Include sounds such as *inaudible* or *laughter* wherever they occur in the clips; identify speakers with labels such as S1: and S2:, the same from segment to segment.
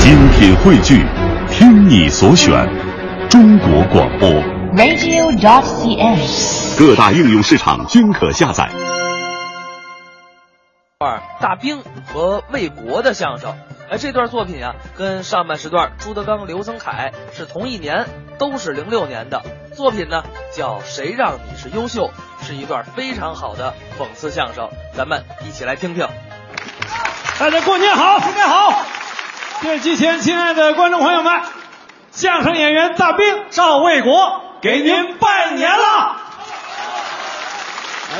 S1: 精品汇聚，听你所选，中国广播。
S2: radio.cn。
S1: 各大应用市场均可下载。
S3: 段大兵和魏国的相声。哎，这段作品啊，跟上半时段朱德刚、刘增凯是同一年，都是零六年的作品呢，叫《谁让你是优秀》，是一段非常好的讽刺相声，咱们一起来听听。
S4: 大家过年好，新年好！电视机前亲爱的观众朋友们，相声演员大兵赵卫国给您拜年了。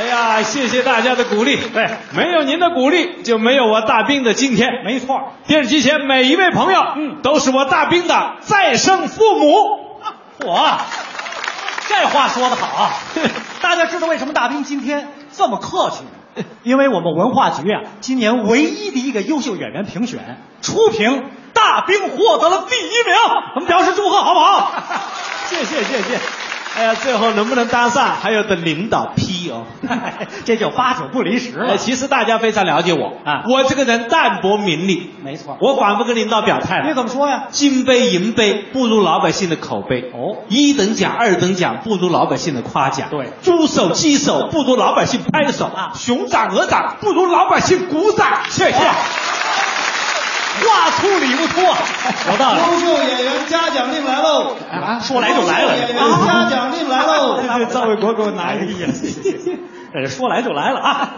S4: 哎呀，谢谢大家的鼓励。对，没有您的鼓励，就没有我大兵的今天。没错，电视机前每一位朋友，嗯，都是我大兵的再生父母。
S5: 我，这话说得
S4: *laughs*
S5: 好啊！大家知道为什么大兵今天这么客气吗？因为我们文化局啊，今年唯一的一个优秀演员评选初评，大兵获得了第一名，我们表示祝贺，好不好？
S4: *laughs* 谢谢谢谢。哎呀，最后能不能搭讪，还有的领导批
S5: *laughs*
S4: 哦。
S5: 这就八九不离十
S4: 哎，
S5: 了。
S4: 其实大家非常了解我
S5: 啊
S4: 我这个人淡泊名利，
S5: 没错
S4: 我反复跟领导表态了。
S5: 你怎么说呀？
S4: 金杯银杯不如老百姓的口碑
S5: 哦
S4: 一等奖二等奖不如老百姓的夸奖，
S5: 对
S4: 猪手鸡手不如老百姓拍手
S5: 啊
S4: 熊掌鹅掌不如老百姓鼓掌，谢谢。 *laughs*
S5: 话粗理不粗啊，有道理。
S6: 优秀演员嘉奖令来喽！
S5: 啊，说来就来
S6: 优秀演员
S5: 了。啊
S6: 嘉奖令来喽！
S5: *laughs*
S4: 对对，赵卫国给我拿一个眼 *laughs*
S5: 这哎说来就来了啊！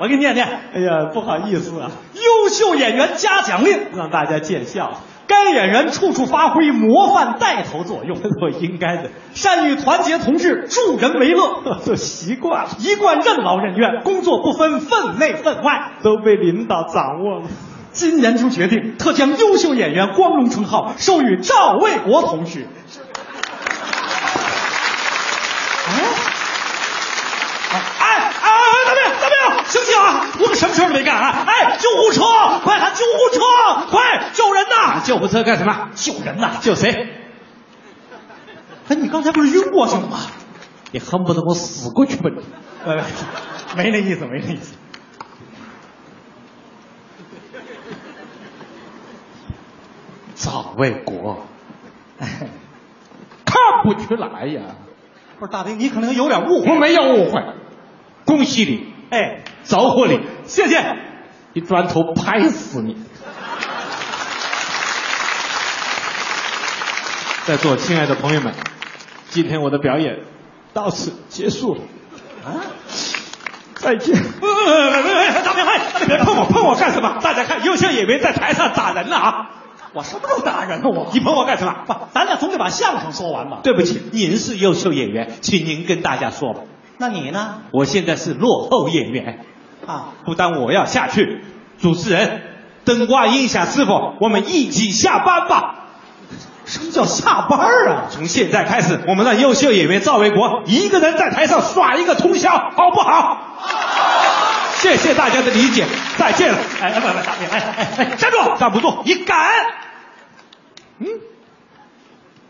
S5: 我给你念念。
S4: 哎呀，不好意思啊，
S5: 优秀演员嘉奖令，
S4: 让大家见笑，
S5: 该演员处处发挥模范带头作用，
S4: *laughs* 我应该的，
S5: 善于团结同志，助人为乐，
S4: *laughs* 都习惯了，
S5: 一贯任劳任怨，工作不分分内分外。
S4: 都被领导掌
S5: *laughs*
S4: 握了。
S5: 今年就决定特将优秀演员光荣称号授予赵卫国同学。啊哎哎哎哎，大兵大兵，醒醒啊！我可什么事儿都没干啊！哎，救护车，快喊救护车，快救人呐！
S4: 救护车干什么？
S5: 救人呐！
S4: 救谁？
S5: 哎，你刚才不是晕过去了吗？
S4: 你恨不得我死过去吧你！
S5: 呃，没那意思，没那意思。
S4: 赵卫国， *laughs* 看不出来呀！
S5: 不是大兵，你可能有点误
S4: 我
S5: 会。
S4: 没有误会，恭喜你，
S5: 哎，
S4: 着火你，
S5: 谢谢。
S4: 一砖头拍死你！在座亲爱的朋友们，今天我的表演到此结束了，再见。
S5: 大兵，哎，
S4: 别碰我，碰我干什么？大家看，优秀演员在台上打人呢啊！
S5: 我什么时候打人了我？
S4: 你碰我干什么？
S5: 不，咱俩总得把相声说完吧？
S4: 对不起，您是优秀演员，请您跟大家说吧。
S5: 那你呢？
S4: 我现在是落后演员，
S5: 啊，
S4: 不但我要下去，主持人、灯光、音响师傅，我们一起下班吧。
S5: 什么叫下班儿啊？
S4: 从现在开始，我们让优秀演员赵卫国一个人在台上耍一个通宵，好不好？谢谢大家的理解，再见了。哎，不不，大兵，哎哎哎，站住！站不住！你敢？嗯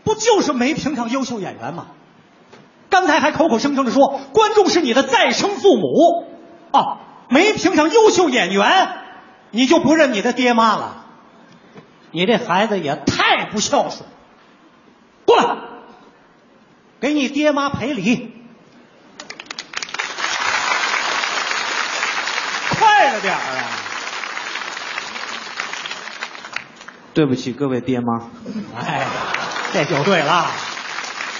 S5: 不就是没评上优秀演员吗？刚才还口口声声的说观众是你的再生父母，
S4: 啊
S5: 哦，没评上优秀演员，你就不认你的爹妈了？你这孩子也太不孝顺！过来，给你爹妈赔礼，快了点儿啊！
S4: 对不起，各位爹妈，
S5: 哎，这就对了。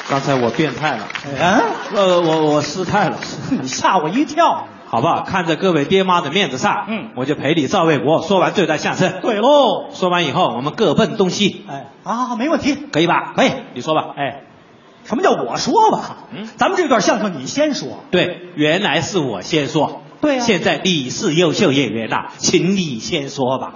S4: 刚才我变态了，
S5: 啊，
S4: 呃，我我失
S5: *laughs*
S4: 态了。
S5: 你吓我一跳。
S4: 好不好？看在各位爹妈的面子上，
S5: 嗯
S4: 我就陪你赵卫国说完这段相声。
S5: 对喽，
S4: 说完以后，我们各奔东西，
S5: 哎啊，没问题。
S4: 可以吧？
S5: 可以
S4: 你说吧。
S5: 哎，什么叫我说吧？
S4: 嗯
S5: 咱们这段相声你先说。
S4: 对，原来是我先说。
S5: 对啊呀
S4: 现在你是优秀演员呐，请你先说吧。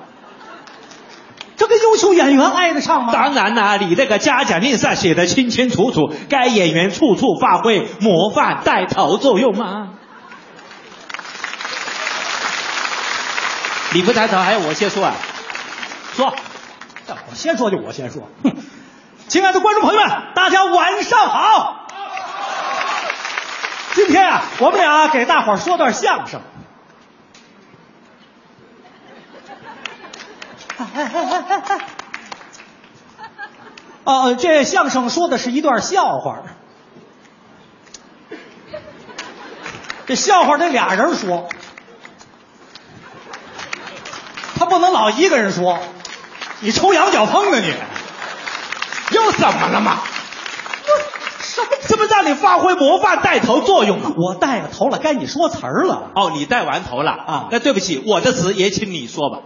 S5: 这跟优秀演员挨得上吗？
S4: 当然啦、你那个嘉奖令上写的清清楚楚，该演员处处发挥模范带头作用吗？你不抬头，还要我先说啊？说，
S5: 我先说就我先说。哼亲爱的观众朋友们，大家晚上好。今天啊，我们俩给大伙儿说段相声。哎哎哎哎哎！啊，这相声说的是一段笑话。这笑话得俩人说，他不能老一个人说。你抽羊角风呢你？
S4: 又怎么了嘛？
S5: 什么？
S4: 这不让你发挥模范带头作用吗？
S5: 我带个头了，该你说词儿了。
S4: 哦，你带完头了
S5: 啊
S4: 那对不起，我的词也请你说吧。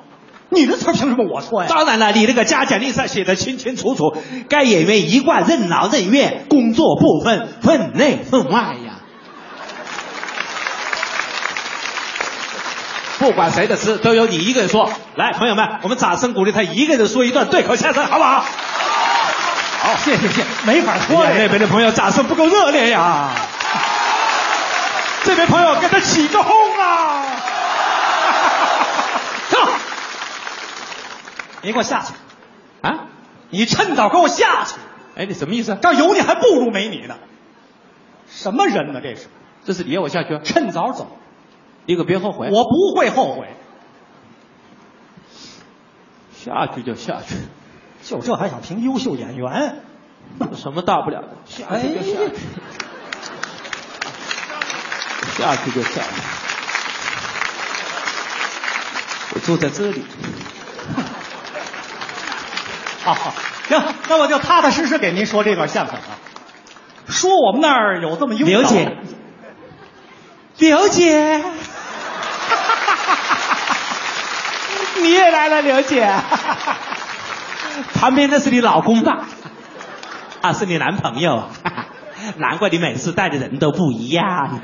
S5: 你的词儿凭什么我说呀？
S4: 当然了，你这个嘉奖令上写的清清楚楚，该演员一贯任劳任怨，工作不分分内分外呀。不管谁的词，都由你一个人说。来，朋友们，我们掌声鼓励他一个人说一段对口相声，好不好？好，谢谢谢。
S5: 没法说
S4: 哎呀那
S5: 呀。
S4: 边的朋友掌声不够热烈呀，这边朋友给他起个哄
S5: *laughs*
S4: 啊！
S5: 你给我下去！
S4: 啊，
S5: 你趁早给我下去！
S4: 哎，你什么意思？
S5: 这儿有你还不如没你呢。什么人呢？这是
S4: 这是你要我下去啊？
S5: 趁早走，
S4: 你可别后悔，
S5: 我不会后悔。
S4: 下去就下去，
S5: 就这还想评优秀演员？
S4: 有什么大不了的？下
S5: 哎
S4: 去就，下去，下去就下去。我住
S5: *laughs*
S4: 在这里，
S5: 好好，啊行，那我就踏踏实实给您说这段相声啊。说我们那儿有这么一位
S4: 刘姐
S5: 老刘姐， *laughs* 你也来了，刘姐。
S4: *laughs* 旁边那是你老公吧？啊，是你男朋友
S5: *laughs*
S4: 啊？难怪你每次带的人都不一
S5: *laughs*
S4: 样。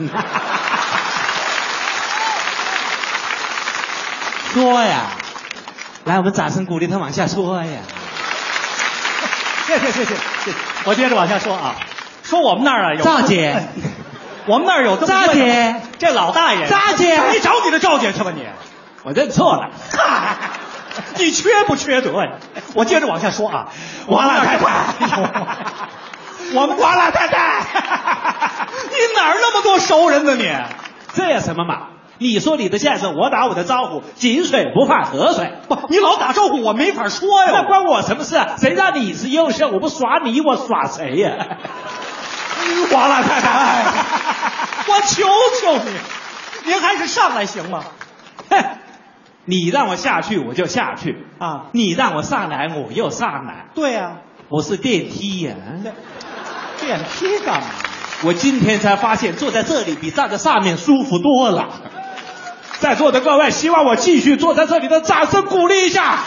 S4: 说呀，来，我们掌声鼓励他往下说呀。
S5: *laughs* 谢谢谢谢谢谢，我接着往下说啊，说我们那儿啊有
S4: 赵姐
S5: 哎 *laughs* 我们那儿有这么一位
S4: 赵姐，
S5: 这老大爷，
S4: 赵姐
S5: 你找你的赵姐去吧你，
S4: 我认错了。
S5: 你缺不缺德呀？我接着往下说啊，
S4: 王老太太
S5: 我们王老太
S4: *laughs*
S5: 太，你哪儿那么多熟人呢你？
S4: 这有什么嘛？你说你的相声，我打我的招呼，井水不犯河水。
S5: 不，你老打招呼我没法说呀，
S4: 那关我什么事啊？谁让你是优秀？我不耍你，我耍谁呀、
S5: 王老太
S4: *laughs*
S5: 太，我求求你，您还是上来行吗？
S4: 哼， *laughs* 你让我下去我就下去
S5: 啊
S4: 你让我上来我又上来，
S5: 对呀、
S4: 我是电梯呀、
S5: 电梯干嘛？
S4: 我今天才发现坐在这里比站在上面舒服多了。在座的各位，希望我继续坐在这里的，掌声鼓励一下。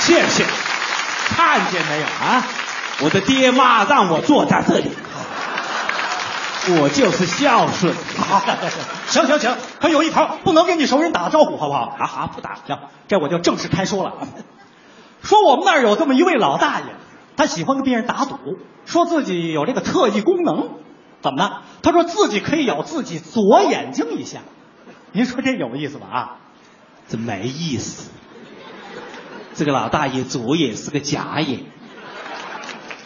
S4: 谢谢，看见没有啊？我的爹妈让我坐在这里，我就是孝顺。
S5: 好， *laughs* 行行行，可有一条不能跟你熟人打招呼，好不好？
S4: 好啊好不打
S5: 行，这我就正式开说了啊。说我们那儿有这么一位老大爷，他喜欢跟别人打赌，说自己有这个特异功能，怎么呢？他说自己可以咬自己左眼睛一下。您说这有意思吧？啊，
S4: 这没意思。这个老大爷左眼是个假眼，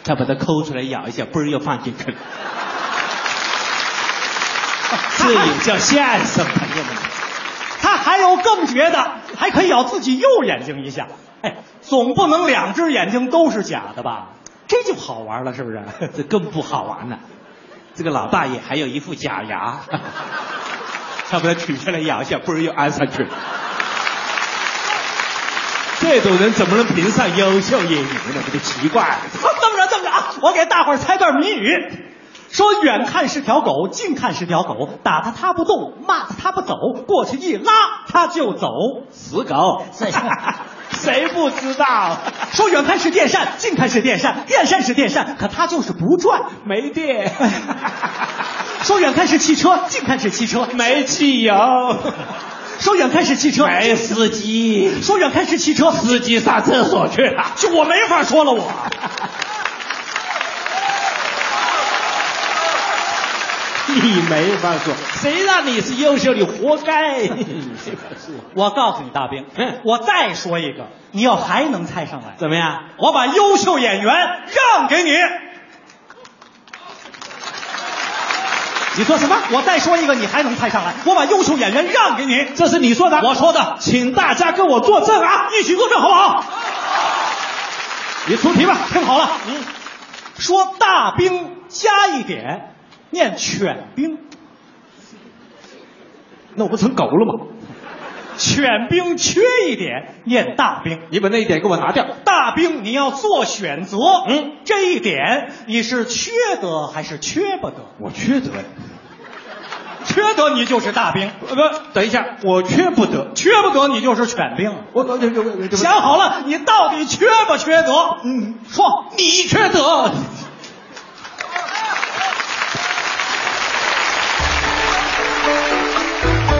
S4: 他把它抠出来咬一下，嘣儿又放进
S5: *laughs*
S4: 去了。这也叫相声，朋友们。
S5: 他还有更绝的，还可以咬自己右眼睛一下。哎，总不能两只眼睛都是假的吧？这就好玩了，是不是？
S4: *laughs* 这更不好玩了。这个老大爷还有一副假牙，
S5: *laughs*
S4: 他把它取下来咬一下，嘣儿又安上去了。这种人怎么能评上优秀演员呢？这就奇怪
S5: *laughs*
S4: 了。
S5: 这么着，这么着啊！我给大伙儿猜段谜语，说远看是条狗，近看是条狗，打它它不动，骂它它不走，过去一拉它就走。
S4: 死
S5: *laughs*
S4: 狗，谁不知道？
S5: 说远看是电扇，近看是电扇，电扇是电扇，可它就是不转。
S4: 没 *laughs* 电，
S5: 说远看是汽车，近看是汽车，
S4: 没汽油，
S5: 说远看是汽车，
S4: 没司机，
S5: 说远看是汽车，
S4: 司机上厕所去了。
S5: 就我没法说了我。
S4: *laughs* 你没法说，谁让你是优秀，你活
S5: *laughs*
S4: 该。
S5: 我 *laughs* 告诉你，大兵，
S4: 嗯
S5: 我再说一个，你要还能猜上来，
S4: 怎么样？
S5: 我把优秀演员让给你。你说什么？我再说一个，你还能猜上来？我把优秀演员让给你，
S4: 这是你说的，
S5: 我说的
S4: 请大家跟我作证啊，一起作证好不好？你出题吧，
S5: 听好了，嗯，说大兵加一点，念犬兵。
S4: 那我不成狗了吗？
S5: 犬兵缺一点，念大兵。
S4: 你把那一点给我拿掉。
S5: 嗯大兵，你要做选择，
S4: 嗯，
S5: 这一点你是缺德还是缺不得？
S4: 我缺德呀！
S5: 缺德你就是大兵，
S4: 呃不，等一下，我缺不得。
S5: 缺不得你就是犬兵。
S4: 我我我我
S5: 想好了，你到底缺不缺德？嗯，说
S4: 你缺德。